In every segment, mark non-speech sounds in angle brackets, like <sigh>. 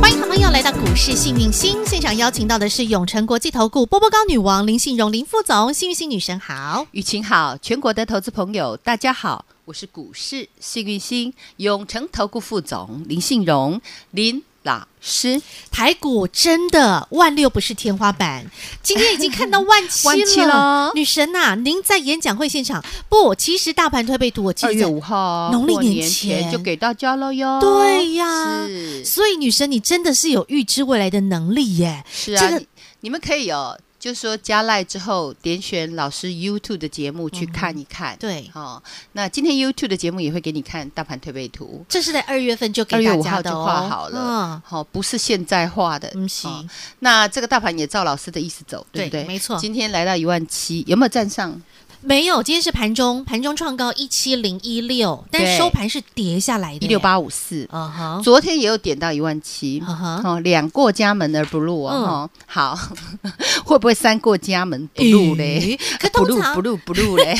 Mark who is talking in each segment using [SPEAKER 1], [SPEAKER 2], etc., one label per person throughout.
[SPEAKER 1] 欢迎好朋友来到股市幸运星现场，邀请到的是永诚国际投顾波波高女王林信荣林副总，幸运星女神好。
[SPEAKER 2] 雨晴好，全国的投资朋友大家好，我是股市幸运星永诚投顾副总林信荣林老师，
[SPEAKER 1] 台股真的万六不是天花板，今天已经看到万七了。
[SPEAKER 2] 万七了
[SPEAKER 1] 女神呐、您在演讲会现场不？其实大盘推背图，我记
[SPEAKER 2] 二月
[SPEAKER 1] 得
[SPEAKER 2] 五号
[SPEAKER 1] 农历
[SPEAKER 2] 过
[SPEAKER 1] 年
[SPEAKER 2] 年
[SPEAKER 1] 前
[SPEAKER 2] 就给到家了哟。
[SPEAKER 1] 对呀
[SPEAKER 2] 是
[SPEAKER 1] 所以女神你真的是有预知未来的能力耶。
[SPEAKER 2] 是啊，
[SPEAKER 1] 这个
[SPEAKER 2] 你你们可以哦，就说加赖之后点选老师 YouTube 的节目去看一看。
[SPEAKER 1] 对，
[SPEAKER 2] 哦，那今天 YouTube 的节目也会给你看大盘推背图，
[SPEAKER 1] 这是在二月份就
[SPEAKER 2] 二
[SPEAKER 1] 给
[SPEAKER 2] 月
[SPEAKER 1] 大
[SPEAKER 2] 五
[SPEAKER 1] 家
[SPEAKER 2] 号
[SPEAKER 1] 的
[SPEAKER 2] 就
[SPEAKER 1] 哦。
[SPEAKER 2] 画好了，好、不是现在画的，
[SPEAKER 1] 嗯，嗯，行
[SPEAKER 2] 哦，那这个大盘也照老师的意思走，对不
[SPEAKER 1] 对
[SPEAKER 2] 对？
[SPEAKER 1] 没错
[SPEAKER 2] 今天来到一万七，有没有站上？
[SPEAKER 1] 没有，今天是盘中，盘中创高一七零一六，但
[SPEAKER 2] 对
[SPEAKER 1] 收盘是跌下来的
[SPEAKER 2] 一六，八五四，
[SPEAKER 1] 嗯哼，
[SPEAKER 2] 昨天也有点到一万七。
[SPEAKER 1] 嗯哼，
[SPEAKER 2] 哦，两过家门而不入
[SPEAKER 1] 嗯
[SPEAKER 2] 哦，哦好， <laughs> 会不会三过家门不入嘞？
[SPEAKER 1] 咦
[SPEAKER 2] <laughs>
[SPEAKER 1] 可
[SPEAKER 2] 不
[SPEAKER 1] 通
[SPEAKER 2] 入
[SPEAKER 1] 常
[SPEAKER 2] 不入不入嘞？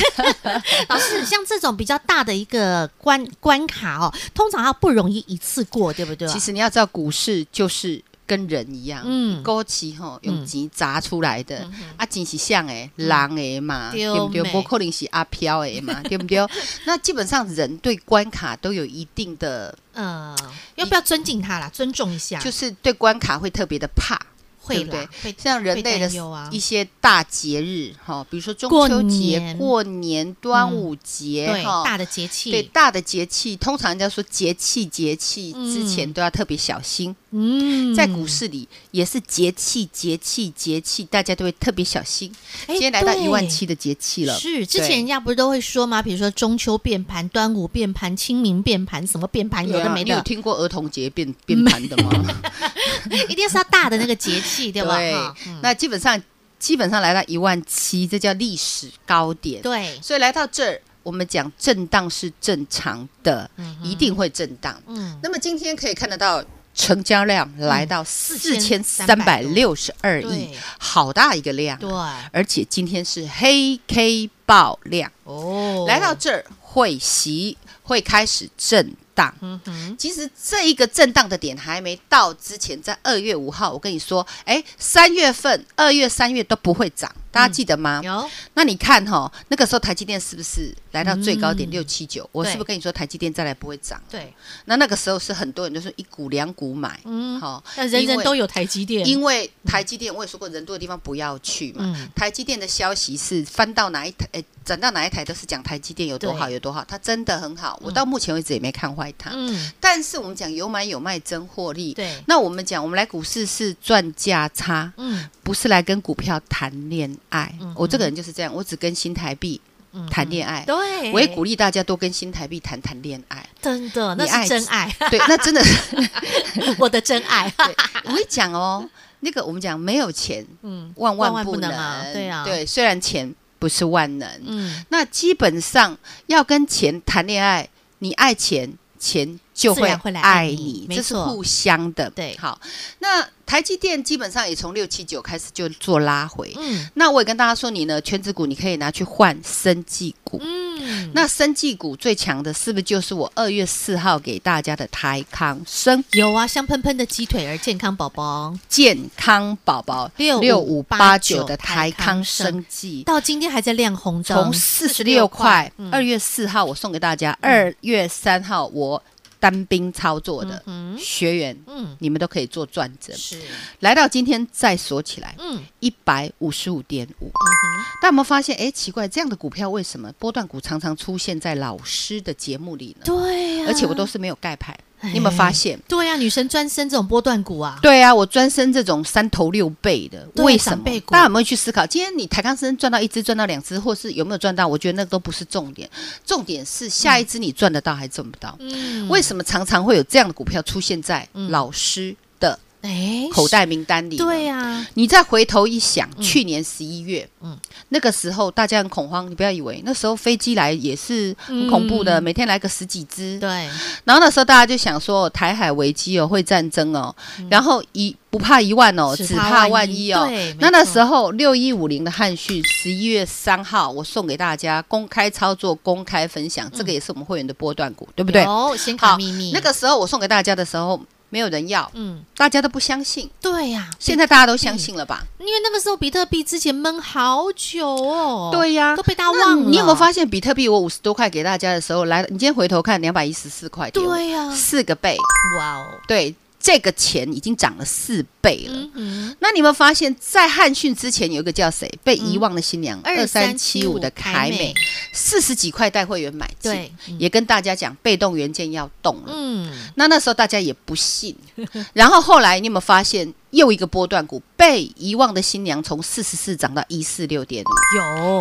[SPEAKER 1] 老师像这种比较大的一个关关卡哦，通常它不容易一次过，对不 <laughs> 对？啊
[SPEAKER 2] 其，实你要知道，股市就是跟人一样，
[SPEAKER 1] 嗯，
[SPEAKER 2] 枸杞吼用
[SPEAKER 1] 嗯
[SPEAKER 2] 钱砸出来的
[SPEAKER 1] 嗯，哼
[SPEAKER 2] 啊，钱是像诶，狼诶嘛，
[SPEAKER 1] 对
[SPEAKER 2] 对不对？
[SPEAKER 1] 咩
[SPEAKER 2] 不可能是阿飘诶嘛，对不
[SPEAKER 1] <laughs>
[SPEAKER 2] 对？那基本上人对关卡都有一定的，
[SPEAKER 1] 呃，要不要尊敬他啦？尊重一下，
[SPEAKER 2] 就是对关卡会特别的怕。
[SPEAKER 1] 会
[SPEAKER 2] 对不
[SPEAKER 1] 啦
[SPEAKER 2] 对，
[SPEAKER 1] 会
[SPEAKER 2] 像人类
[SPEAKER 1] 会
[SPEAKER 2] 的
[SPEAKER 1] 担忧啊
[SPEAKER 2] 一些大节日，哈、比如说中
[SPEAKER 1] 过
[SPEAKER 2] 秋节
[SPEAKER 1] 年、嗯
[SPEAKER 2] 过年、端午节，
[SPEAKER 1] 对
[SPEAKER 2] 哈
[SPEAKER 1] 大的节气，
[SPEAKER 2] 对，大的节气，通常人家说节气节气之前
[SPEAKER 1] 嗯
[SPEAKER 2] 都要特别小心，
[SPEAKER 1] 嗯
[SPEAKER 2] 在股，市里也是节气节气节气，大家都会特别小心。
[SPEAKER 1] 哎
[SPEAKER 2] 今天来到
[SPEAKER 1] 对
[SPEAKER 2] 一万七的节气了，
[SPEAKER 1] 是，之
[SPEAKER 2] 对
[SPEAKER 1] 前人家不是都会说吗？比如说中秋变盘、端午变盘、清明变盘，什么变盘，有
[SPEAKER 2] 对
[SPEAKER 1] 的
[SPEAKER 2] 啊
[SPEAKER 1] 没
[SPEAKER 2] 你有
[SPEAKER 1] 的，
[SPEAKER 2] 听过儿童节变变盘
[SPEAKER 1] <laughs>
[SPEAKER 2] 的吗？
[SPEAKER 1] 一定是要大的那个节气，对吧？
[SPEAKER 2] 对
[SPEAKER 1] 哈嗯
[SPEAKER 2] 那基本上基本上来到一万七，这叫历史高点。
[SPEAKER 1] 对，
[SPEAKER 2] 所以来到这儿，我们讲震荡是正常的，一定会震荡。
[SPEAKER 1] 嗯，
[SPEAKER 2] 那么今天可以看得到，成交量来到四千三百六十二亿
[SPEAKER 1] 对，
[SPEAKER 2] 好大一个量
[SPEAKER 1] 对，
[SPEAKER 2] 啊，而且今天是黑 K 爆量，
[SPEAKER 1] 哦，
[SPEAKER 2] 来到，这儿会息会开始震荡。
[SPEAKER 1] 嗯哼，
[SPEAKER 2] 其实这一个震荡的点还没到之前，在二月五号，我跟你说，哎，三月份、二月、三月都不会涨，大家记得吗？
[SPEAKER 1] 有，
[SPEAKER 2] 那你看哈、那个时候台积电是不是来到最高点
[SPEAKER 1] 嗯
[SPEAKER 2] 六七九？我是不是跟你说台积电再来不会涨？
[SPEAKER 1] 对，
[SPEAKER 2] 那那个时候是很多人都是一股两股买，
[SPEAKER 1] 嗯，
[SPEAKER 2] 好、
[SPEAKER 1] 那人人
[SPEAKER 2] 因为
[SPEAKER 1] 都有台积电，
[SPEAKER 2] 因为台积电我也说过，人多的地方不要去嘛。
[SPEAKER 1] 嗯
[SPEAKER 2] 台积电的消息是翻到哪一台，诶，转到哪一台都是讲台积电有多好
[SPEAKER 1] 对
[SPEAKER 2] 有多好，它真的很好，我到目前为止也没看坏它。
[SPEAKER 1] 嗯，
[SPEAKER 2] 但是我们讲有买有卖真获利，
[SPEAKER 1] 对，
[SPEAKER 2] 那我们讲我们来股市是赚价差，
[SPEAKER 1] 嗯
[SPEAKER 2] 不是来跟股票谈恋爱。
[SPEAKER 1] 嗯哼
[SPEAKER 2] 我这个人就是这样，我只跟新台币
[SPEAKER 1] 嗯，
[SPEAKER 2] 谈恋爱。
[SPEAKER 1] 对，
[SPEAKER 2] 我也鼓励大家多跟新台币谈谈恋
[SPEAKER 1] <laughs>
[SPEAKER 2] 爱。
[SPEAKER 1] 真的，
[SPEAKER 2] 你
[SPEAKER 1] 那是
[SPEAKER 2] 爱
[SPEAKER 1] 真
[SPEAKER 2] 自
[SPEAKER 1] 爱，
[SPEAKER 2] 对，那真的是，
[SPEAKER 1] <laughs> 我的真爱，
[SPEAKER 2] 对我会讲哦，那个我们讲没有钱
[SPEAKER 1] <laughs> 嗯
[SPEAKER 2] 万
[SPEAKER 1] 万
[SPEAKER 2] 万
[SPEAKER 1] 万
[SPEAKER 2] 不
[SPEAKER 1] 不
[SPEAKER 2] 能，
[SPEAKER 1] 能啊对啊
[SPEAKER 2] 对，虽然钱不是万能，
[SPEAKER 1] 嗯，
[SPEAKER 2] 那基本上要跟钱谈恋爱，你爱钱，钱就
[SPEAKER 1] 自
[SPEAKER 2] 会
[SPEAKER 1] 然会来爱
[SPEAKER 2] 爱
[SPEAKER 1] 你
[SPEAKER 2] 你，
[SPEAKER 1] 没
[SPEAKER 2] 这是
[SPEAKER 1] 错
[SPEAKER 2] 互相的。
[SPEAKER 1] 对
[SPEAKER 2] 好，那台积电基本上也从六七九开始就做拉回。
[SPEAKER 1] 嗯
[SPEAKER 2] 那我也跟大家说，你呢，全指股你可以拿去换生技股。
[SPEAKER 1] 嗯，
[SPEAKER 2] 那生技股最强的是不是就是我二月四号给大家的台康生
[SPEAKER 1] 有啊，香喷喷的鸡腿儿健康宝宝，
[SPEAKER 2] 健康宝宝
[SPEAKER 1] 6589
[SPEAKER 2] 的台康生技？
[SPEAKER 1] 到今天还在亮红灯，
[SPEAKER 2] 从四十六块，嗯二
[SPEAKER 1] 嗯
[SPEAKER 2] 月四号我送给大家，二月三号我单兵操作的
[SPEAKER 1] 嗯哼
[SPEAKER 2] 学员，
[SPEAKER 1] 嗯，
[SPEAKER 2] 你们都可以做转折。
[SPEAKER 1] 是，
[SPEAKER 2] 来到今天再锁起来
[SPEAKER 1] 嗯
[SPEAKER 2] 一百五十五点五，
[SPEAKER 1] 嗯
[SPEAKER 2] 大家有没有发现？哎，奇怪，这样的股票为什么波段股常常出现在老师的节目里
[SPEAKER 1] 哼，
[SPEAKER 2] 呢？
[SPEAKER 1] 对呀，
[SPEAKER 2] 而且我都是没有盖牌，你有没有发
[SPEAKER 1] 哎？
[SPEAKER 2] 现？
[SPEAKER 1] 对呀，女神专升这种波段股啊，
[SPEAKER 2] <laughs> 对啊，我专升这种三头六倍的，
[SPEAKER 1] 对
[SPEAKER 2] 为什
[SPEAKER 1] 长
[SPEAKER 2] 么
[SPEAKER 1] 辈？股
[SPEAKER 2] 大家有没有去思考？今天你抬杠生赚到一只，赚到两只，或是有没有赚到？我觉得那个都不是重点，重点是下一只你赚得到还赚不到。
[SPEAKER 1] 嗯
[SPEAKER 2] 为什么常常会有这样的股票出现在老师的
[SPEAKER 1] 哎，
[SPEAKER 2] 口袋名单里。
[SPEAKER 1] 对啊，
[SPEAKER 2] 你再回头一想，去年十一月，
[SPEAKER 1] 嗯
[SPEAKER 2] 嗯，那个时候大家很恐慌，你不要以为那时候飞机来也是很恐怖的，
[SPEAKER 1] 嗯
[SPEAKER 2] 每天来个十几只。
[SPEAKER 1] 对，
[SPEAKER 2] 然后那时候大家就想说，台海危机哦，会战争哦，
[SPEAKER 1] 嗯
[SPEAKER 2] 然后一不怕一万哦，只怕万一哦。
[SPEAKER 1] 对，
[SPEAKER 2] 那那时
[SPEAKER 1] 候
[SPEAKER 2] 候六一五零的汉讯，十一月三号，我送给大家公开操作、公开分享，这个也是我们会员的波段股，对不对？
[SPEAKER 1] 嗯有显卡
[SPEAKER 2] 好
[SPEAKER 1] 秘密，
[SPEAKER 2] 那个时候我送给大家的时候，没有人要，
[SPEAKER 1] 嗯，
[SPEAKER 2] 大家都不相信。
[SPEAKER 1] 对呀，
[SPEAKER 2] 现在大家都相信了吧？
[SPEAKER 1] 因为那个时候比特币之前闷好久哦，
[SPEAKER 2] 对呀
[SPEAKER 1] 都被大家
[SPEAKER 2] 那
[SPEAKER 1] 忘了。
[SPEAKER 2] 你有没有发现，比特币我五十多块给大家的时候，来，你今天回头看两百一十四块，
[SPEAKER 1] 对啊呀、
[SPEAKER 2] 四个倍，
[SPEAKER 1] 哇哦，
[SPEAKER 2] 对，这个钱已经涨了四倍了。
[SPEAKER 1] 嗯哼，
[SPEAKER 2] 那你有没有发现，在汉讯之前有一个叫谁被遗忘的新娘，二三嗯七五的凯美，，四十几块带会员买进，
[SPEAKER 1] 对，嗯
[SPEAKER 2] 也跟大家讲被动元件要动了。
[SPEAKER 1] 嗯，
[SPEAKER 2] 那那时候大家也不信， <laughs> 然后后来你有没有发现，又一个波段股被遗忘的新娘从四十四涨到一四六点五，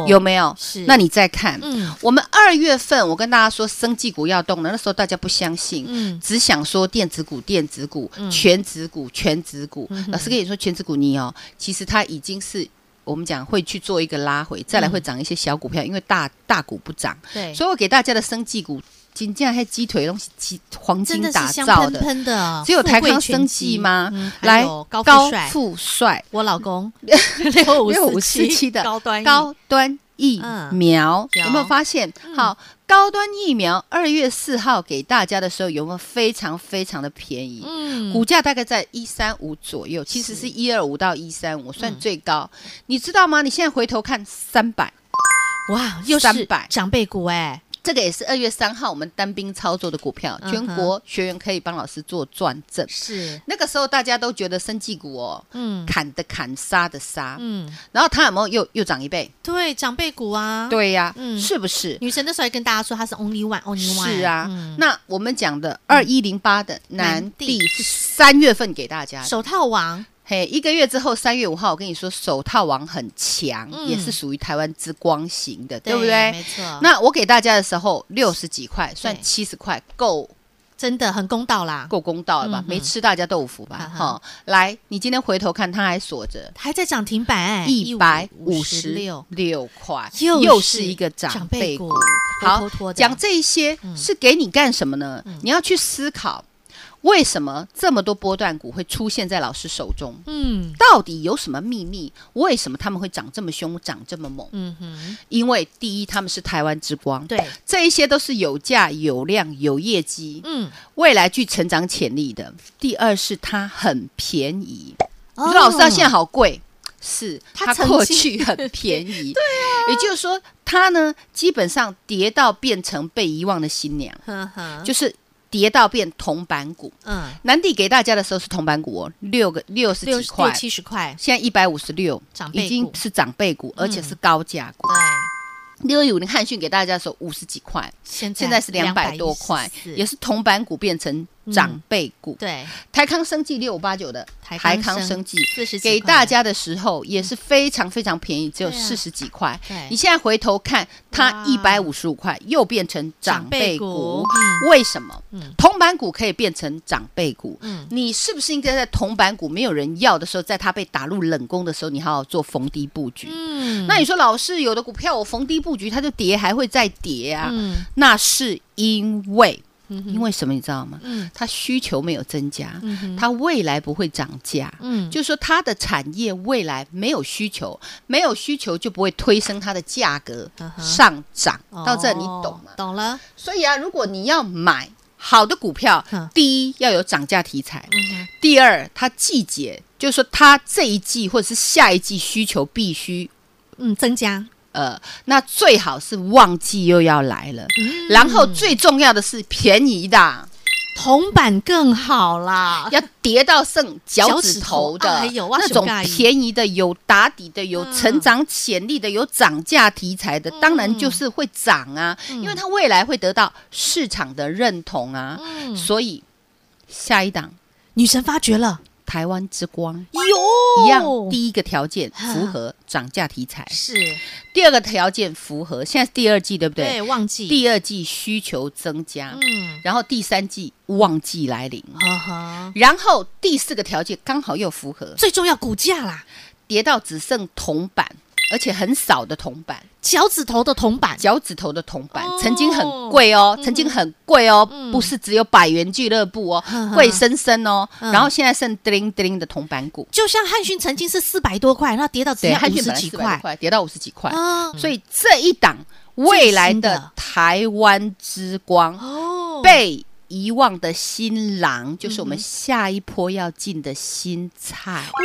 [SPEAKER 1] 有
[SPEAKER 2] 有，没有？
[SPEAKER 1] 是
[SPEAKER 2] 那你再看，
[SPEAKER 1] 嗯
[SPEAKER 2] 我们二月份我跟大家说生技股要动了，那时候大家不相信，
[SPEAKER 1] 嗯，
[SPEAKER 2] 只想说电子股、电子股、
[SPEAKER 1] 嗯
[SPEAKER 2] 全指股、全指股。
[SPEAKER 1] 嗯哼
[SPEAKER 2] 老师跟你说，全指股你哦，其实它已经是我们讲会去做一个拉回，再来会涨一些小股票，因为大大股不涨。
[SPEAKER 1] 嗯对，
[SPEAKER 2] 所以我给大家的生技股，金价还鸡腿的东西，鸡黄
[SPEAKER 1] 真
[SPEAKER 2] 金
[SPEAKER 1] 的
[SPEAKER 2] 打
[SPEAKER 1] 是香
[SPEAKER 2] 造
[SPEAKER 1] 喷
[SPEAKER 2] 的。
[SPEAKER 1] 喷的，
[SPEAKER 2] 只有台康
[SPEAKER 1] 富贵全
[SPEAKER 2] 生技吗
[SPEAKER 1] 嗯还
[SPEAKER 2] 来
[SPEAKER 1] 有高
[SPEAKER 2] 高
[SPEAKER 1] 富帅，
[SPEAKER 2] 富帅
[SPEAKER 1] 我老
[SPEAKER 2] <laughs>
[SPEAKER 1] 公六
[SPEAKER 2] 6547的
[SPEAKER 1] 高端
[SPEAKER 2] 高端疫苗、
[SPEAKER 1] 嗯
[SPEAKER 2] 有没有发现？好，高端疫苗二月四号给大家的时候，有没有非常非常的便宜？
[SPEAKER 1] 嗯
[SPEAKER 2] 股价大概在一三五左右，其实是一二五到一三五算
[SPEAKER 1] 嗯
[SPEAKER 2] 最高、你知道吗？你现在回头看三百，
[SPEAKER 1] 哇，又是
[SPEAKER 2] 300
[SPEAKER 1] 长辈股哎，
[SPEAKER 2] 这个也是二月三号我们单兵操作的股票，
[SPEAKER 1] 嗯哼
[SPEAKER 2] 全国学员可以帮老师做转正。
[SPEAKER 1] 是，
[SPEAKER 2] 那个时候大家都觉得生技股哦，
[SPEAKER 1] 嗯
[SPEAKER 2] 砍的砍，杀的杀，
[SPEAKER 1] 嗯，
[SPEAKER 2] 然后它有没有又又涨一倍？
[SPEAKER 1] 对，长辈股啊，，
[SPEAKER 2] 对呀、
[SPEAKER 1] 嗯
[SPEAKER 2] 是不是？
[SPEAKER 1] 女神那时候还跟大家说她是 only one，only one，
[SPEAKER 2] 是啊，
[SPEAKER 1] 嗯
[SPEAKER 2] 那我们讲的二一零八的南
[SPEAKER 1] 南地
[SPEAKER 2] 地是三月份给大家的
[SPEAKER 1] 手套王，
[SPEAKER 2] 嘿，一个月之后，三月五号，我跟你说，手套王很强，
[SPEAKER 1] 嗯
[SPEAKER 2] 也是属于台湾之光型的，对不对？
[SPEAKER 1] 没错，
[SPEAKER 2] 那我给大家的时候，六十几块，算
[SPEAKER 1] 对
[SPEAKER 2] 七十块，够
[SPEAKER 1] 真的很公道啦，
[SPEAKER 2] 够公道了吧
[SPEAKER 1] 嗯？哼嗯
[SPEAKER 2] 没吃大家豆腐吧？
[SPEAKER 1] 哈
[SPEAKER 2] 哈、
[SPEAKER 1] 哈
[SPEAKER 2] 来，你今天回头看，它还锁着
[SPEAKER 1] 还在涨停板哎，
[SPEAKER 2] 一百五十
[SPEAKER 1] 156
[SPEAKER 2] 六，六块，
[SPEAKER 1] 又
[SPEAKER 2] 又
[SPEAKER 1] 是
[SPEAKER 2] 是一个长
[SPEAKER 1] 长
[SPEAKER 2] 辈
[SPEAKER 1] 辈
[SPEAKER 2] 股
[SPEAKER 1] 股。
[SPEAKER 2] 好
[SPEAKER 1] 活脱脱，的
[SPEAKER 2] 讲这一些
[SPEAKER 1] 嗯
[SPEAKER 2] 是给你干什么呢？你要去思考，为什么这么多波段股会出现在老师手中？
[SPEAKER 1] 嗯
[SPEAKER 2] 到底有什么秘密？为什么他们会长这么凶，长这么猛？
[SPEAKER 1] 嗯哼，
[SPEAKER 2] 因为第一，他们是台湾之光，
[SPEAKER 1] 对，
[SPEAKER 2] 这一些都是有价有量有业绩，
[SPEAKER 1] 嗯，
[SPEAKER 2] 未来具成长潜力的。第二是它很便宜，你说老师它现在
[SPEAKER 1] 好，
[SPEAKER 2] 好贵，是
[SPEAKER 1] 哦它
[SPEAKER 2] 它
[SPEAKER 1] 曾
[SPEAKER 2] 过
[SPEAKER 1] 经啊
[SPEAKER 2] 去很
[SPEAKER 1] <laughs>
[SPEAKER 2] 便宜，对也就是说它呢基本上跌到变成被遗忘的新娘，
[SPEAKER 1] 呵呵
[SPEAKER 2] 就是跌到变铜板股。
[SPEAKER 1] 嗯，
[SPEAKER 2] 南帝给大家的时候是铜板股哦，六个六十
[SPEAKER 1] 六
[SPEAKER 2] 几
[SPEAKER 1] 十
[SPEAKER 2] 块
[SPEAKER 1] 六，七十块，
[SPEAKER 2] 现在一百五十六
[SPEAKER 1] 长，辈股嗯
[SPEAKER 2] 已经是长辈股，而且是高价股
[SPEAKER 1] 对。，
[SPEAKER 2] 六一五零汉讯给大家的时候五十几块，
[SPEAKER 1] 现
[SPEAKER 2] 现在是两百多块，
[SPEAKER 1] 214
[SPEAKER 2] 也是铜板股变成长辈股。
[SPEAKER 1] 对，
[SPEAKER 2] 台康生技六五八九的
[SPEAKER 1] 嗯台康生
[SPEAKER 2] 台康生技
[SPEAKER 1] 40
[SPEAKER 2] 给大家的时候也是非常非常便宜，只有
[SPEAKER 1] 对啊
[SPEAKER 2] 四十几块
[SPEAKER 1] 对。
[SPEAKER 2] 你现在回头看，它
[SPEAKER 1] 哇
[SPEAKER 2] 一百五十五块又变成长
[SPEAKER 1] 长辈
[SPEAKER 2] 辈股
[SPEAKER 1] 股，
[SPEAKER 2] 为什么
[SPEAKER 1] 嗯？
[SPEAKER 2] 铜板股可以变成长辈股
[SPEAKER 1] 嗯，
[SPEAKER 2] 你是不是应该在铜板股没有人要的时候，在它被打入冷宫的时候，你好好做逢低布局？
[SPEAKER 1] 嗯
[SPEAKER 2] 那你说老师有的股票我逢低布局，它就跌还会再跌啊？
[SPEAKER 1] 嗯
[SPEAKER 2] 那是因为
[SPEAKER 1] 嗯哼
[SPEAKER 2] 因为什么你知道吗？
[SPEAKER 1] 嗯
[SPEAKER 2] 它需求没有增加，
[SPEAKER 1] 嗯哼
[SPEAKER 2] 它未来不会涨价。
[SPEAKER 1] 嗯
[SPEAKER 2] 就是说，它的产业未来没有需求，没有需求就不会推升它的价格
[SPEAKER 1] 嗯哼
[SPEAKER 2] 上涨。到这你
[SPEAKER 1] 哦
[SPEAKER 2] 懂吗？
[SPEAKER 1] 懂了，
[SPEAKER 2] 所以啊，如果你要买好的股票
[SPEAKER 1] 嗯，
[SPEAKER 2] 第一要有涨价题材，
[SPEAKER 1] 嗯
[SPEAKER 2] 第二，它季节，就是说它这一季或者是下一季需求必须
[SPEAKER 1] 嗯，增加，
[SPEAKER 2] 呃，那最好是旺季又要来了，
[SPEAKER 1] 嗯
[SPEAKER 2] 然后最重要的是便宜的，
[SPEAKER 1] 铜板更好啦，
[SPEAKER 2] 要跌到剩脚
[SPEAKER 1] 啊脚趾
[SPEAKER 2] 趾头
[SPEAKER 1] 头
[SPEAKER 2] 的，
[SPEAKER 1] 哎呦哇
[SPEAKER 2] 那种
[SPEAKER 1] 熊盖
[SPEAKER 2] 便宜的、有打底的、有
[SPEAKER 1] 嗯
[SPEAKER 2] 成长潜力的、有涨价题材的，当然就是会涨啊，
[SPEAKER 1] 嗯
[SPEAKER 2] 因为它未来会得到市场的认同啊，
[SPEAKER 1] 嗯
[SPEAKER 2] 所以下一档
[SPEAKER 1] 女神发觉了，
[SPEAKER 2] 台湾之光
[SPEAKER 1] 有
[SPEAKER 2] 一样，第一个条件
[SPEAKER 1] 哦哈
[SPEAKER 2] 符合涨价题材，
[SPEAKER 1] 是
[SPEAKER 2] 第二个条件符合，现在是第二季对不对？
[SPEAKER 1] 对旺季，
[SPEAKER 2] 第二季需求增加，
[SPEAKER 1] 嗯，
[SPEAKER 2] 然后第三季旺季来临，
[SPEAKER 1] 呵呵，
[SPEAKER 2] 然后第四个条件刚好又符合，
[SPEAKER 1] 最重要股价啦，
[SPEAKER 2] 跌到只剩铜板，而且很少的铜板，
[SPEAKER 1] 脚趾头的铜板，
[SPEAKER 2] 脚趾头的铜板
[SPEAKER 1] 哦
[SPEAKER 2] 曾经很贵哦，曾经很贵哦，
[SPEAKER 1] 嗯
[SPEAKER 2] 不是只有百元俱乐部哦
[SPEAKER 1] 呵，呵
[SPEAKER 2] 贵生生哦，
[SPEAKER 1] 嗯
[SPEAKER 2] 然后现在剩叮叮的铜板股，
[SPEAKER 1] 就像汉逊曾经是四百多块，然后跌到只
[SPEAKER 2] 对，
[SPEAKER 1] 要
[SPEAKER 2] 汉
[SPEAKER 1] 五
[SPEAKER 2] 逊
[SPEAKER 1] 十
[SPEAKER 2] 本来
[SPEAKER 1] 几
[SPEAKER 2] 400
[SPEAKER 1] 块，
[SPEAKER 2] 块，跌到五十几块，
[SPEAKER 1] 啊
[SPEAKER 2] 所以这一档未来
[SPEAKER 1] 最新
[SPEAKER 2] 的
[SPEAKER 1] 的
[SPEAKER 2] 台湾之光
[SPEAKER 1] 哦，
[SPEAKER 2] 被。遗忘的新郎就是我们下一波要进的新菜。
[SPEAKER 1] 哇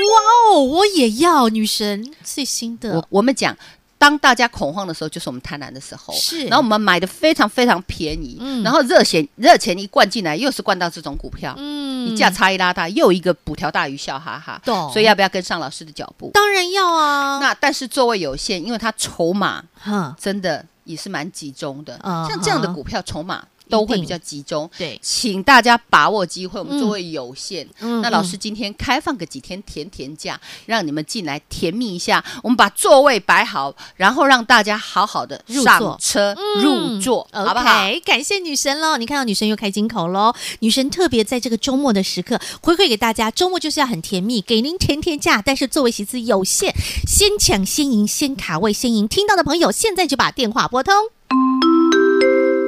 [SPEAKER 1] 哦，我也要女神最新
[SPEAKER 2] 我
[SPEAKER 1] 的，
[SPEAKER 2] 我们讲，当大家恐慌的时候，就是我们贪婪的时候。
[SPEAKER 1] 是
[SPEAKER 2] 然后我们买的非常非常便宜，
[SPEAKER 1] 嗯
[SPEAKER 2] 然后热钱热钱一灌进来，又是灌到这种股票，
[SPEAKER 1] 嗯
[SPEAKER 2] 你价差一拉大，又一个捕条大鱼笑哈哈。
[SPEAKER 1] 懂
[SPEAKER 2] 所以要不要跟上老师的脚步？
[SPEAKER 1] 当然要啊，
[SPEAKER 2] 那但是座位有限，因为它筹码
[SPEAKER 1] 哈，
[SPEAKER 2] 真的也是蛮集中的，
[SPEAKER 1] 啊
[SPEAKER 2] 像这样的股票筹码都
[SPEAKER 1] 一
[SPEAKER 2] 会
[SPEAKER 1] 定
[SPEAKER 2] 比较集中。
[SPEAKER 1] 对，
[SPEAKER 2] 请大家把握机会，我
[SPEAKER 1] 嗯
[SPEAKER 2] 们座位有限。
[SPEAKER 1] 嗯
[SPEAKER 2] 那老师今天开放个几天甜甜价，让你们进来甜蜜一下。我们把座位摆好，然后让大家好好的
[SPEAKER 1] 入座
[SPEAKER 2] 上车入
[SPEAKER 1] 嗯
[SPEAKER 2] 座，好不好？
[SPEAKER 1] OK，感谢女神喽！你看到女神又开金口喽，女神特别在这个周末的时刻回馈给大家，周末就是要很甜蜜，给您甜甜价，但是座位席次有限，先抢先赢，先卡位先赢。听到的朋友现在就把电话拨通。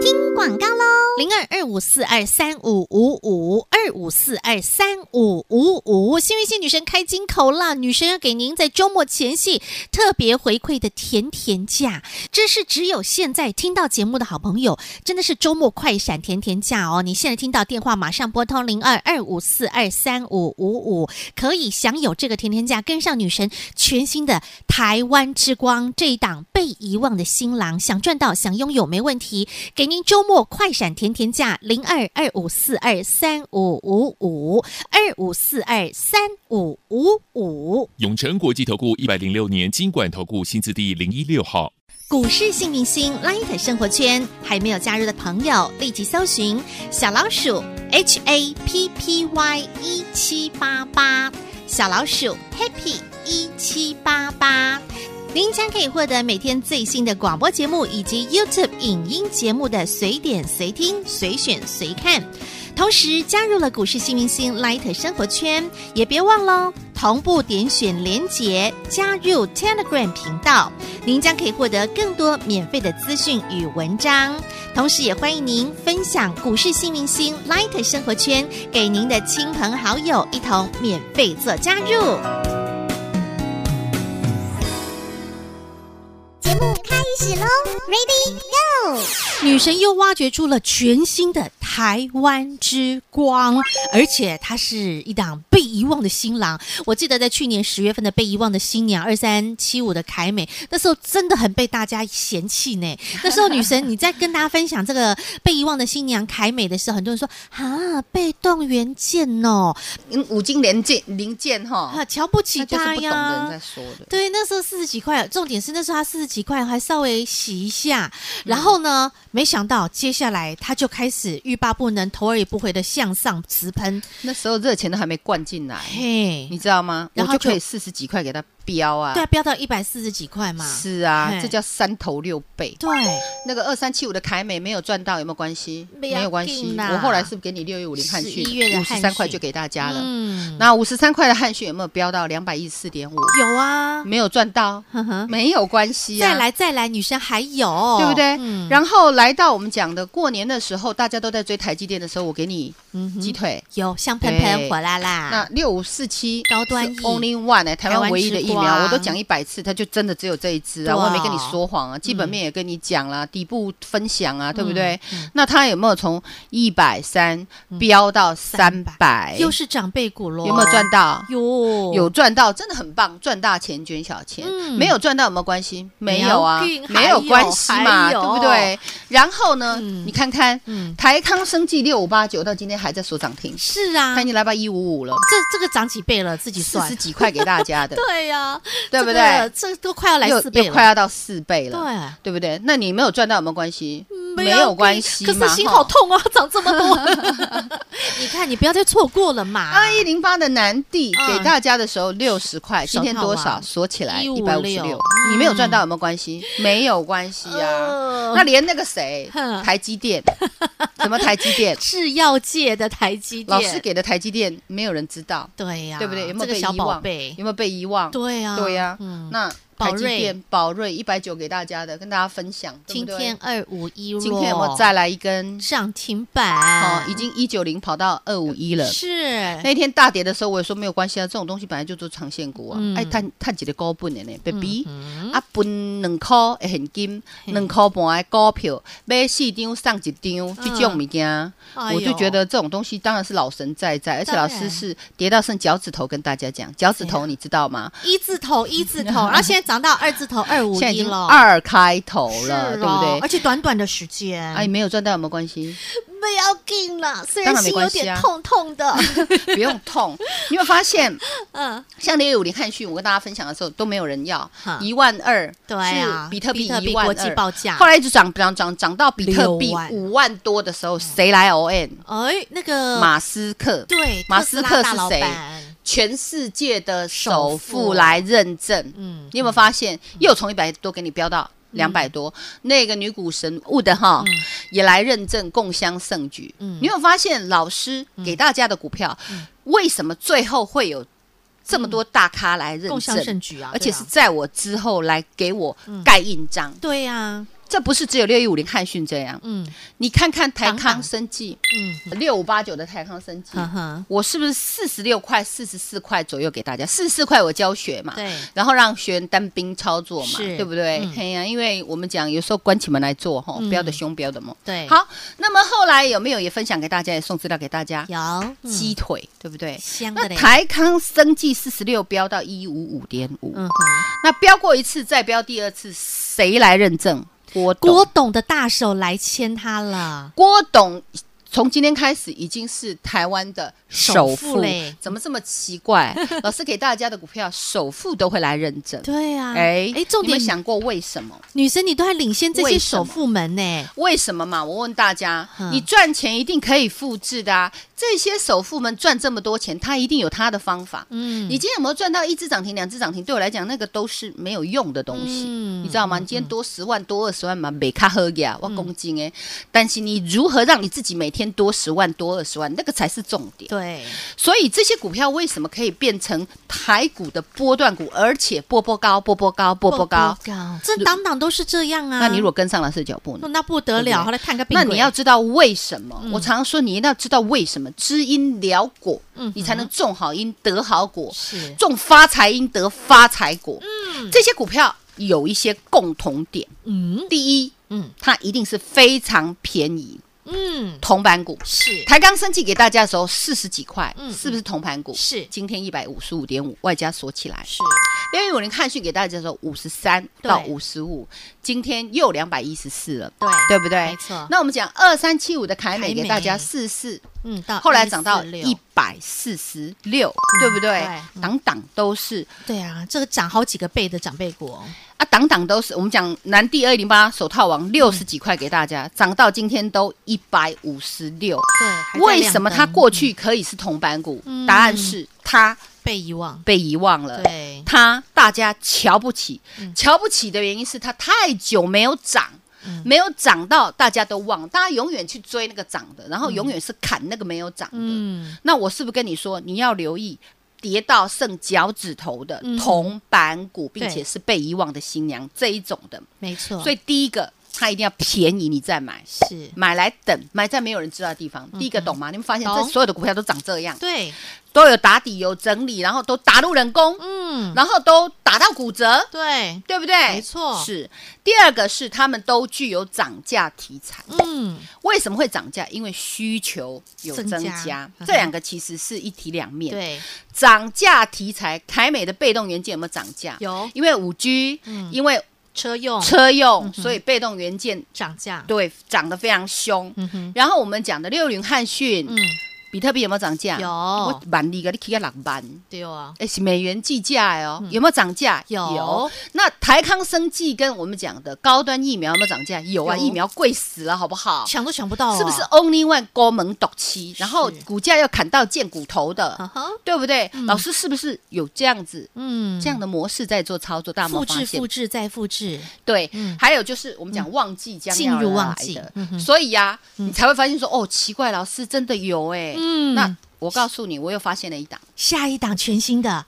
[SPEAKER 1] 听广告喽，零二二五四二三五五五二五四二三五五五，幸运星女神开金口啦！女神要给您在周末前夕特别回馈的甜甜价，这是只有现在听到节目的好朋友，真的是周末快闪甜甜价哦！你现在听到电话，马上拨通零二二五四二三五五五，可以享有这个甜甜价，跟上女神全新的台湾之光这一档被遗忘的新郎，想赚到，想拥有没问题，给您周末快闪甜甜价零二二五四二三五五五二五四二三五五五。
[SPEAKER 3] 永诚国际投顾一百零六年金管投顾新字第零一六号。
[SPEAKER 1] 股市幸运星 Light 生活圈还没有加入的朋友，立即搜寻小老鼠 HAPPY 一七八八，小老鼠 Happy 一七八八。您将可以获得每天最新的广播节目以及 YouTube 影音节目的随点随听、随选随看。同时加入了股市幸运星 Light 生活圈，也别忘了哦同步点选连结加入 Telegram 频道。您将可以获得更多免费的资讯与文章，同时也欢迎您分享股市幸运星 Light 生活圈给您的亲朋好友，一同免费做加入。女神又挖掘出了全新的台湾之光，而且它是一档被遗忘的新郎。我记得在去年十月份的《被遗忘的新娘》二三七五的凯美，那时候真的很被大家嫌弃
[SPEAKER 2] <laughs>
[SPEAKER 1] 呢。那时候女神你在跟大家分享这个 <laughs> 《被遗忘的新娘》凯美的时候，很多人说啊，被动元件哦，
[SPEAKER 2] 嗯，五金零件零件
[SPEAKER 1] <laughs>
[SPEAKER 2] 哈
[SPEAKER 1] 啊，，瞧不起
[SPEAKER 2] 哦那
[SPEAKER 1] 他
[SPEAKER 2] 就是不懂的人
[SPEAKER 1] 呀
[SPEAKER 2] 在。说的。
[SPEAKER 1] 对，那时候四十几块，重点是那时候他四十几块还稍微洗一下，
[SPEAKER 2] 嗯
[SPEAKER 1] 然后呢，没想到接下来他就开始欲罢不能、头儿也不回的向上直喷，
[SPEAKER 2] 那时候热钱都还没灌进来，
[SPEAKER 1] 嘿
[SPEAKER 2] 你，知道吗？我
[SPEAKER 1] 然后
[SPEAKER 2] 就可
[SPEAKER 1] 就
[SPEAKER 2] 以四十几块给它标啊
[SPEAKER 1] 对。啊，飙到一百四十几块嘛，
[SPEAKER 2] 是啊
[SPEAKER 1] 嘿，
[SPEAKER 2] 这叫三头六倍。
[SPEAKER 1] 对，
[SPEAKER 2] 那个二三七五的凯美没有赚到，有没有关系？
[SPEAKER 1] 不
[SPEAKER 2] 没
[SPEAKER 1] 要
[SPEAKER 2] 有关
[SPEAKER 1] 紧
[SPEAKER 2] 系。
[SPEAKER 1] 啦
[SPEAKER 2] 我后来是不是给你六一五零汉
[SPEAKER 1] 11月的
[SPEAKER 2] 逊，五
[SPEAKER 1] 汉
[SPEAKER 2] 十
[SPEAKER 1] 逊
[SPEAKER 2] 三块就给大家了。
[SPEAKER 1] 嗯，
[SPEAKER 2] 那五十三块的汉逊有没有飙到两百一十四点五？
[SPEAKER 1] 有啊，
[SPEAKER 2] 没有赚到，
[SPEAKER 1] 呵呵，
[SPEAKER 2] 没有关系啊。
[SPEAKER 1] 再来再来，女生还有，
[SPEAKER 2] 对不对？
[SPEAKER 1] 嗯
[SPEAKER 2] 然后来到我们讲的过年的时候，大家都在追台积电的时候，我给你
[SPEAKER 1] 嗯哼
[SPEAKER 2] 鸡腿。
[SPEAKER 1] 有香喷喷
[SPEAKER 2] 对
[SPEAKER 1] 火辣辣，
[SPEAKER 2] 那六五四七
[SPEAKER 1] 嗯高端疫
[SPEAKER 2] Only One 哎，台
[SPEAKER 1] 台湾
[SPEAKER 2] 湾唯一的疫
[SPEAKER 1] 之光
[SPEAKER 2] 苗，我都讲一百次，它就真的只有这一支
[SPEAKER 1] 对嗯
[SPEAKER 2] 啊！
[SPEAKER 1] 哦
[SPEAKER 2] 我也没跟你说谎啊，基本面也跟你讲啦，底部分享啊，对不对？
[SPEAKER 1] 嗯
[SPEAKER 2] 那它有没有从一百三飙到三百？
[SPEAKER 1] 又是长辈股咯，
[SPEAKER 2] 哎有没有赚？到？
[SPEAKER 1] 有
[SPEAKER 2] 有赚到，真的很棒，赚大钱捐小钱。
[SPEAKER 1] 哦嗯
[SPEAKER 2] 没有赚到有没有关系？没有啊
[SPEAKER 1] 苗栗，
[SPEAKER 2] 没
[SPEAKER 1] 还有
[SPEAKER 2] 有关系嘛，
[SPEAKER 1] 还
[SPEAKER 2] 对
[SPEAKER 1] 有
[SPEAKER 2] 不对？然后呢，
[SPEAKER 1] 嗯
[SPEAKER 2] 你看看
[SPEAKER 1] 嗯
[SPEAKER 2] 台康生技六五八九到今天还在所涨停，
[SPEAKER 1] 是啊，
[SPEAKER 2] 它已
[SPEAKER 1] 这
[SPEAKER 2] 经来到一五五了，
[SPEAKER 1] 这个涨几倍了，自己
[SPEAKER 2] 四
[SPEAKER 1] 算
[SPEAKER 2] 十，几块给大
[SPEAKER 1] <laughs>
[SPEAKER 2] 家的，
[SPEAKER 1] 对呀、
[SPEAKER 2] 对啊
[SPEAKER 1] 这
[SPEAKER 2] 不
[SPEAKER 1] 个
[SPEAKER 2] 对？
[SPEAKER 1] 这都快要来
[SPEAKER 2] 又
[SPEAKER 1] 四倍
[SPEAKER 2] 又
[SPEAKER 1] 了，
[SPEAKER 2] 快要到四倍
[SPEAKER 1] 对啊嗯
[SPEAKER 2] 了，对不对？那你没有赚到有没有关系？
[SPEAKER 1] 没
[SPEAKER 2] 没有关系
[SPEAKER 1] 可
[SPEAKER 2] 嘛
[SPEAKER 1] 是心
[SPEAKER 2] 哈
[SPEAKER 1] 好痛啊，长这么
[SPEAKER 2] <laughs>
[SPEAKER 1] 多。你看，你不要再错过了嘛。
[SPEAKER 2] 啊二一零八的南地
[SPEAKER 1] 嗯
[SPEAKER 2] 给大家的时候六十块，今天
[SPEAKER 1] 手
[SPEAKER 2] 多
[SPEAKER 1] 套
[SPEAKER 2] 少
[SPEAKER 1] 啊
[SPEAKER 2] 锁起来一百五十
[SPEAKER 1] 156
[SPEAKER 2] 六，你没有赚到有没有关系？没有关系啊。
[SPEAKER 1] 嗯呃
[SPEAKER 2] 那连那个谁
[SPEAKER 1] 哼，，
[SPEAKER 2] 台积电，什么台积电
[SPEAKER 1] 制药界的台积电，
[SPEAKER 2] 老师给的台积电，没有人知道，
[SPEAKER 1] 对呀、
[SPEAKER 2] 对不对？有没有
[SPEAKER 1] 这个
[SPEAKER 2] 被
[SPEAKER 1] 小
[SPEAKER 2] 遗
[SPEAKER 1] 宝
[SPEAKER 2] 忘？
[SPEAKER 1] 贝
[SPEAKER 2] 有？没有被遗忘？
[SPEAKER 1] 对呀、
[SPEAKER 2] 对呀
[SPEAKER 1] 嗯，
[SPEAKER 2] 那
[SPEAKER 1] 宝
[SPEAKER 2] 台积
[SPEAKER 1] 瑞
[SPEAKER 2] 电、宝瑞一百九给大家的，跟大家分享，对
[SPEAKER 1] 今
[SPEAKER 2] 不对
[SPEAKER 1] 天二五一落，
[SPEAKER 2] 今天我再来一根，
[SPEAKER 1] 涨停板，
[SPEAKER 2] 哦，已经一九零跑到二五一了。
[SPEAKER 1] 啊是
[SPEAKER 2] 那天大跌的时候，我也说没有关系啊，这种东西本来就做长线股啊
[SPEAKER 1] 嗯，
[SPEAKER 2] 爱探探几个高本的呢，baby。
[SPEAKER 1] 嗯
[SPEAKER 2] 啊，分两块的现金，两块半的股票，买四张送一张，这种物件，
[SPEAKER 1] 嗯哎呦
[SPEAKER 2] 我就觉得这种东西当然是老神在在，而且
[SPEAKER 1] 当
[SPEAKER 2] 老
[SPEAKER 1] 然哎
[SPEAKER 2] 师是跌到剩脚趾头跟大家讲，脚趾头你知道吗？
[SPEAKER 1] 一字头一字头，然后现在涨到二字头二五
[SPEAKER 2] 现在已
[SPEAKER 1] 一
[SPEAKER 2] 经
[SPEAKER 1] 了，
[SPEAKER 2] 二开头
[SPEAKER 1] 是
[SPEAKER 2] 了，对
[SPEAKER 1] 哦
[SPEAKER 2] 不
[SPEAKER 1] 而
[SPEAKER 2] 对？
[SPEAKER 1] 且短短的时间，
[SPEAKER 2] 哎，没有赚到有没有关系？
[SPEAKER 1] <laughs> 不要紧了，虽
[SPEAKER 2] 当
[SPEAKER 1] 然
[SPEAKER 2] 然
[SPEAKER 1] 心
[SPEAKER 2] 没
[SPEAKER 1] 有
[SPEAKER 2] 关系啊
[SPEAKER 1] 点痛痛
[SPEAKER 2] <laughs>
[SPEAKER 1] 的，
[SPEAKER 2] 不用痛。你有没有发现，
[SPEAKER 1] 嗯，
[SPEAKER 2] 像六五零汉逊，我跟大家分享的时候都没有人要
[SPEAKER 1] 哈，
[SPEAKER 2] 一万二，
[SPEAKER 1] 对啊，
[SPEAKER 2] 是比特币一万
[SPEAKER 1] 国际
[SPEAKER 2] 二。
[SPEAKER 1] 报价
[SPEAKER 2] 后，来一直涨涨涨涨到比特币
[SPEAKER 1] 六万嗯
[SPEAKER 2] 五万多的时候，谁来 O N？
[SPEAKER 1] 哎，那个
[SPEAKER 2] 马斯克，
[SPEAKER 1] 对
[SPEAKER 2] 马
[SPEAKER 1] 特斯
[SPEAKER 2] 斯
[SPEAKER 1] 拉
[SPEAKER 2] 克
[SPEAKER 1] 大
[SPEAKER 2] 是
[SPEAKER 1] 老
[SPEAKER 2] 谁
[SPEAKER 1] 板
[SPEAKER 2] 全世界的
[SPEAKER 1] 首富
[SPEAKER 2] 首富来认证。
[SPEAKER 1] 嗯
[SPEAKER 2] 你有没有发现，又从一百多给你飙到两百多？那个女股神雾的哈
[SPEAKER 1] 嗯，
[SPEAKER 2] 也来认证，共襄盛举。
[SPEAKER 1] 嗯
[SPEAKER 2] 你有没有发现，老师给大家的股票，为什么最后会有这么多大咖来认
[SPEAKER 1] 共襄盛
[SPEAKER 2] 证？
[SPEAKER 1] 举啊，嗯
[SPEAKER 2] 而且
[SPEAKER 1] 对啊
[SPEAKER 2] 是在我之后来给我盖印章，
[SPEAKER 1] 对呀，
[SPEAKER 2] 这不是只有六一五零汉讯这样。
[SPEAKER 1] 嗯
[SPEAKER 2] 你看看台
[SPEAKER 1] 当嗯然
[SPEAKER 2] 康生技
[SPEAKER 1] 嗯，
[SPEAKER 2] 六五八九的台康生技，
[SPEAKER 1] 呵呵，
[SPEAKER 2] 我是不是四十六块、四十四块左右给大家？四十四块我教学嘛，
[SPEAKER 1] 对，
[SPEAKER 2] 然后让学员单兵操作嘛，
[SPEAKER 1] 是
[SPEAKER 2] 对不对
[SPEAKER 1] 嗯？
[SPEAKER 2] 嘿呀、因为我们讲有时候关起门来做哈，
[SPEAKER 1] 嗯
[SPEAKER 2] 不要的凶，不要的猛。
[SPEAKER 1] 对，，
[SPEAKER 2] 好，那么后来有没有也分享给大家，也送资料给大家？
[SPEAKER 1] 有嗯
[SPEAKER 2] 鸡腿对不对？
[SPEAKER 1] 香的
[SPEAKER 2] 那
[SPEAKER 1] 嘞，
[SPEAKER 2] 台康生技四十六飙到一五五点五，
[SPEAKER 1] 嗯哼，
[SPEAKER 2] 那飙过一次再飙第二次，谁来认证？郭董
[SPEAKER 1] 郭董的大手来牵他了，
[SPEAKER 2] 郭董从今天开始已经是台湾的首
[SPEAKER 1] 首
[SPEAKER 2] 富
[SPEAKER 1] 富嘞
[SPEAKER 2] 怎么这么奇怪？ <laughs> 老师给大家的股票，首富都会来认证。
[SPEAKER 1] 对啊，
[SPEAKER 2] 哎
[SPEAKER 1] 哎，重
[SPEAKER 2] 你有
[SPEAKER 1] 点
[SPEAKER 2] 没有想过为什么？
[SPEAKER 1] 女生你都还领先这些
[SPEAKER 2] 为什
[SPEAKER 1] 首
[SPEAKER 2] 么
[SPEAKER 1] 富们呢，
[SPEAKER 2] 为什么嘛？我问大家
[SPEAKER 1] 嗯，
[SPEAKER 2] 你赚钱一定可以复制的啊！这些首富们赚这么多钱，他一定有他的方法。
[SPEAKER 1] 嗯，
[SPEAKER 2] 你今天有没有赚到一只涨停、两只涨停？对我来讲，那个都是没有用的东西，
[SPEAKER 1] 嗯
[SPEAKER 2] 你知道吗？你今天多十万、多二十万嘛，没卡喝呀，我公斤哎。但是你如何让你自己每天多十万、多二十万，那个才是重点。
[SPEAKER 1] 对，
[SPEAKER 2] 所以这些股票为什么可以变成台股的波段股，而且波波高、波波高、波波高？
[SPEAKER 1] 高，这档档都是这样啊。
[SPEAKER 2] 那你如果跟上老师的脚步呢
[SPEAKER 1] 哦？那不得
[SPEAKER 2] 对不
[SPEAKER 1] 了，
[SPEAKER 2] 对
[SPEAKER 1] 后来看个病
[SPEAKER 2] 那
[SPEAKER 1] 鬼，
[SPEAKER 2] 你要知道为什么？我常常说，你一定要知道为什么，知因了果，
[SPEAKER 1] 嗯哼
[SPEAKER 2] 你才能种好因得好果，
[SPEAKER 1] 是
[SPEAKER 2] 种发财因得发财果。嗯，这些股票有一些共同点，
[SPEAKER 1] 嗯
[SPEAKER 2] 第一，
[SPEAKER 1] 嗯
[SPEAKER 2] 它一定是非常便宜，
[SPEAKER 1] 嗯
[SPEAKER 2] 铜板股。
[SPEAKER 1] 是
[SPEAKER 2] 台钢升绩给大家的时候四十几块，
[SPEAKER 1] 嗯
[SPEAKER 2] 是不是铜盘股？
[SPEAKER 1] 是
[SPEAKER 2] 今天一百五十五点五，外加锁起来。
[SPEAKER 1] 是
[SPEAKER 2] 六月五零汉讯给大家的时候五十三
[SPEAKER 1] 对
[SPEAKER 2] 到五十五，今天又两百一十四了，
[SPEAKER 1] 对
[SPEAKER 2] 对不对
[SPEAKER 1] 没？错，
[SPEAKER 2] 那我们讲二三七五的凯
[SPEAKER 1] 凯
[SPEAKER 2] 美
[SPEAKER 1] 美
[SPEAKER 2] 给大家四四，
[SPEAKER 1] 嗯到
[SPEAKER 2] 后来涨到
[SPEAKER 1] 146
[SPEAKER 2] 一百四十六，对不对
[SPEAKER 1] 对？嗯
[SPEAKER 2] 档档都是
[SPEAKER 1] 对啊，这个涨好几个倍的长辈股，
[SPEAKER 2] 啊，档档都是。我们讲南地二零八手套
[SPEAKER 1] 嗯
[SPEAKER 2] 王六十几块给大家，涨到今天都一百五十六。
[SPEAKER 1] 对，还在
[SPEAKER 2] 为
[SPEAKER 1] 亮
[SPEAKER 2] 什么
[SPEAKER 1] 灯
[SPEAKER 2] 它过去可以是铜板股
[SPEAKER 1] 嗯？
[SPEAKER 2] 答案是它
[SPEAKER 1] 被遗忘？
[SPEAKER 2] 被遗忘了。
[SPEAKER 1] 对，嗯
[SPEAKER 2] 它大家瞧不起，瞧不起的原因是它太久没有涨。
[SPEAKER 1] 嗯
[SPEAKER 2] 没有涨到大家都忘，大家永远去追那个涨的，然后永远是砍那个没有涨的。
[SPEAKER 1] 嗯，
[SPEAKER 2] 那我是不是跟你说，你要留意跌到剩脚趾头的
[SPEAKER 1] 嗯
[SPEAKER 2] 铜板
[SPEAKER 1] 对
[SPEAKER 2] 股，
[SPEAKER 1] 嗯
[SPEAKER 2] 并且是被遗忘的新娘这一种的？
[SPEAKER 1] 没错，
[SPEAKER 2] 所以第一个，它一定要便宜你再买，
[SPEAKER 1] 是嗯
[SPEAKER 2] 买来等，买在没有人知道的地方。第一个懂吗？你们发现这
[SPEAKER 1] 懂
[SPEAKER 2] 所有的股票都长这样，
[SPEAKER 1] 对，
[SPEAKER 2] 都有打底，有整理，然后都打入人工，
[SPEAKER 1] 嗯，
[SPEAKER 2] 然后都打到骨折。
[SPEAKER 1] 对，
[SPEAKER 2] 对不对？
[SPEAKER 1] 没错
[SPEAKER 2] 是。第二个是他们都具有涨价题材，
[SPEAKER 1] 嗯，
[SPEAKER 2] 为什么会涨价？因为需求有增加，
[SPEAKER 1] 增加嗯
[SPEAKER 2] 这两个其实是一体两面。，
[SPEAKER 1] 对，
[SPEAKER 2] 涨价题材，凯美的被动元件有没有涨价？，
[SPEAKER 1] 有嗯
[SPEAKER 2] 因为五 G，、因为
[SPEAKER 1] 车用
[SPEAKER 2] 车
[SPEAKER 1] 嗯
[SPEAKER 2] 用，所以被动元件
[SPEAKER 1] 涨价，
[SPEAKER 2] 对涨得非常凶。
[SPEAKER 1] 嗯哼，
[SPEAKER 2] 然后我们讲的六零汉讯、
[SPEAKER 1] 嗯，
[SPEAKER 2] 比比特币有没有涨价？
[SPEAKER 1] 有
[SPEAKER 2] 我万二个你起个六万，
[SPEAKER 1] 对啊，
[SPEAKER 2] 哎，是美元计价的哦，有没有涨价？
[SPEAKER 1] 嗯有
[SPEAKER 2] 那台康生技跟我们讲的高端疫苗有没有涨价？有啊，
[SPEAKER 1] 有
[SPEAKER 2] 疫苗贵死了，好不好？
[SPEAKER 1] 抢都抢不到啊，
[SPEAKER 2] 是不是 Only One 高门独期，然后股价要砍到见骨头
[SPEAKER 1] 啊
[SPEAKER 2] 的，
[SPEAKER 1] 哈？
[SPEAKER 2] 对不对？老师是不是有这样子
[SPEAKER 1] 嗯，
[SPEAKER 2] 这样的模式在做操作？大家有没有
[SPEAKER 1] 复
[SPEAKER 2] 发
[SPEAKER 1] 制、
[SPEAKER 2] 现
[SPEAKER 1] 复？制再复制，
[SPEAKER 2] 对
[SPEAKER 1] 嗯，
[SPEAKER 2] 还有就是我们讲旺季将
[SPEAKER 1] 进入
[SPEAKER 2] 要
[SPEAKER 1] 旺
[SPEAKER 2] 来
[SPEAKER 1] 季
[SPEAKER 2] 的
[SPEAKER 1] 嗯哼
[SPEAKER 2] 所以呀，你才会发现说哦，奇怪，老师真的有哎。
[SPEAKER 1] 嗯
[SPEAKER 2] 那我告诉你，我又发现了一档。
[SPEAKER 1] 下一档全新的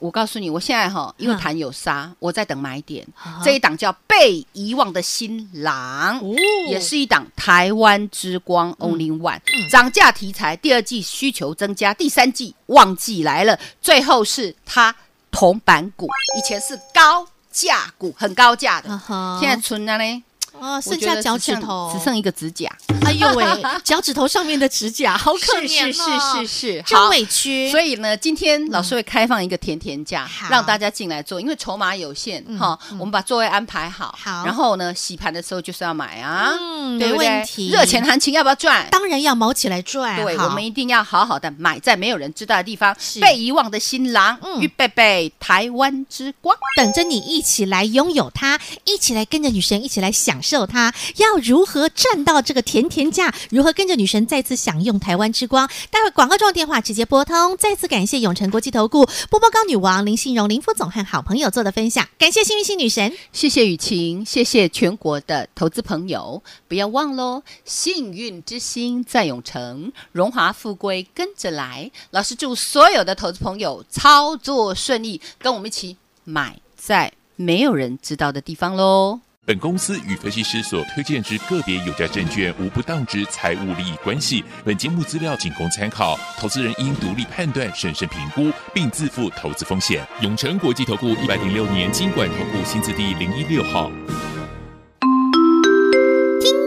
[SPEAKER 2] 我告诉你，我现在哈，因为
[SPEAKER 1] 嗯
[SPEAKER 2] 盘有杀，我在等买点
[SPEAKER 1] 啊。哦
[SPEAKER 2] 这一档叫《被遗忘的新郎》，也是一档台湾之光 Only One，涨价题材，第二季需求增加，第三季旺季来了，最后是它铜板股，以前是高价股，很高价
[SPEAKER 1] 啊
[SPEAKER 2] 的，
[SPEAKER 1] 哈，
[SPEAKER 2] 现在存了呢，
[SPEAKER 1] 啊，
[SPEAKER 2] 我
[SPEAKER 1] 剩
[SPEAKER 2] 觉
[SPEAKER 1] 下
[SPEAKER 2] 得
[SPEAKER 1] 脚
[SPEAKER 2] 只
[SPEAKER 1] 趾
[SPEAKER 2] 剩
[SPEAKER 1] 头，
[SPEAKER 2] 只剩一个指甲，
[SPEAKER 1] <laughs> 哎呦 <laughs> 喂，脚趾头上面的指甲好可
[SPEAKER 2] 是
[SPEAKER 1] 怜
[SPEAKER 2] 是
[SPEAKER 1] 哦
[SPEAKER 2] 是是是，
[SPEAKER 1] 真
[SPEAKER 2] 好。
[SPEAKER 1] 委屈。
[SPEAKER 2] 所
[SPEAKER 1] 以
[SPEAKER 2] 以呢，今天老师会开放一个甜甜价
[SPEAKER 1] 好，
[SPEAKER 2] 让大家进来做，因为筹码有限哈，我们把座位安排好，
[SPEAKER 1] 好
[SPEAKER 2] 然后呢，洗盘的时候就是要买啊，
[SPEAKER 1] 嗯
[SPEAKER 2] 对不
[SPEAKER 1] 没
[SPEAKER 2] 对
[SPEAKER 1] 问题
[SPEAKER 2] 热钱行情要不要赚？
[SPEAKER 1] 当然要毛起来赚，
[SPEAKER 2] 对，
[SPEAKER 1] 好
[SPEAKER 2] 我们一定要哎好好的买在没有人知道的地方
[SPEAKER 1] 是，
[SPEAKER 2] 被遗忘的新郎
[SPEAKER 1] 嗯，
[SPEAKER 2] 预备备台湾之光。
[SPEAKER 1] 等着你一起来拥有它，一起来跟着女神一起来享受它。要如何赚到这个甜甜价？如何跟着女神再次享用台湾之光？待会广告中的电话直接拨通。再次感谢永诚国际投顾波波高女王林信荣林副总和好朋友做的分享，感谢幸运星女神。
[SPEAKER 2] 谢谢雨晴，谢谢全国的投资朋友，不要忘喽！幸运之星在永城，荣华富贵跟着来。老师祝所有的投资朋友操作顺利，跟我们一起买在没有人知道的地方喽。
[SPEAKER 3] 本公司与分析师所推荐之个别有价证券无不当之财务利益关系。本节目资料仅供参考，投资人应独立判断、审慎评估，并自负投资风险。永诚国际投顾一百零六年经管投顾新字第零一六号。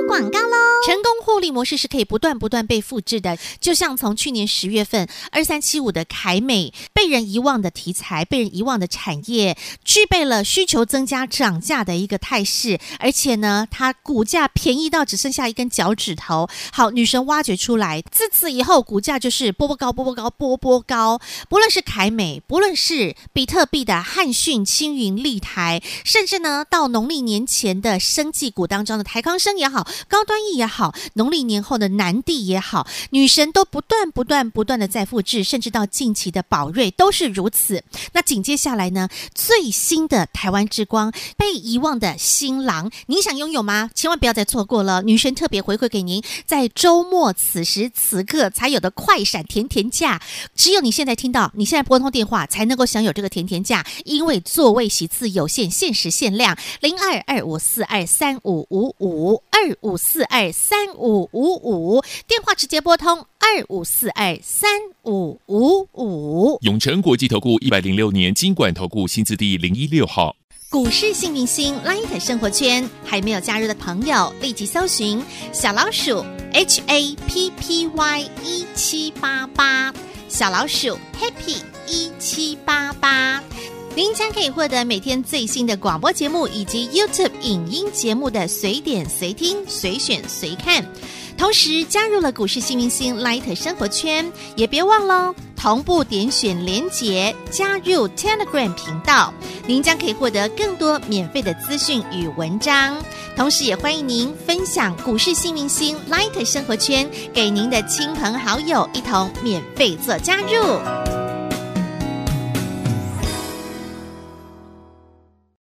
[SPEAKER 1] 广告喽。成功获利模式是可以不断不断被复制的，就像从去年十月份二三七五的凯美被人遗忘的题材、被人遗忘的产业，具备了需求增加、涨价的一个态势，而且呢，它股价便宜到只剩下一根脚趾头。好，女神挖掘出来，自此以后股价就是波波高、波波高、波波高。不论是凯美，不论是比特币的汉讯、青云、立台，甚至呢到农历年前的生技股当中的台康生也好，高端 E 也好，农历年后的南地也好，女神都不断不断不断的在复制，甚至到近期的宝瑞都是如此。那紧接下来呢，最新的台湾之光被遗忘的新郎，您想拥有吗？千万不要再错过了，女神特别回馈给您，在周末此时此刻才有的快闪甜甜价，只有你现在听到，你现在拨通电话才能够享有这个甜甜价，因为座位席次有限，限时限量，零二二五四二三五五五二五四二三五五五，电话直接拨通二五四二三五五五。
[SPEAKER 3] 永诚国际投顾一百零六年经管投顾新字第零一六号。
[SPEAKER 1] 股市幸明星 Light 生活圈还没有加入的朋友，立即搜寻小老鼠 HAPPY 一七八八，小老鼠 Happy 一七八八。您将可以获得每天最新的广播节目以及 YouTube 影音节目的随点随听、随选随看。同时加入了股市新明星 Light 生活圈，也别忘了同步点选连结加入 Telegram 频道，您将可以获得更多免费的资讯与文章。同时，也欢迎您分享股市新明星 Light 生活圈给您的亲朋好友，一同免费做加入。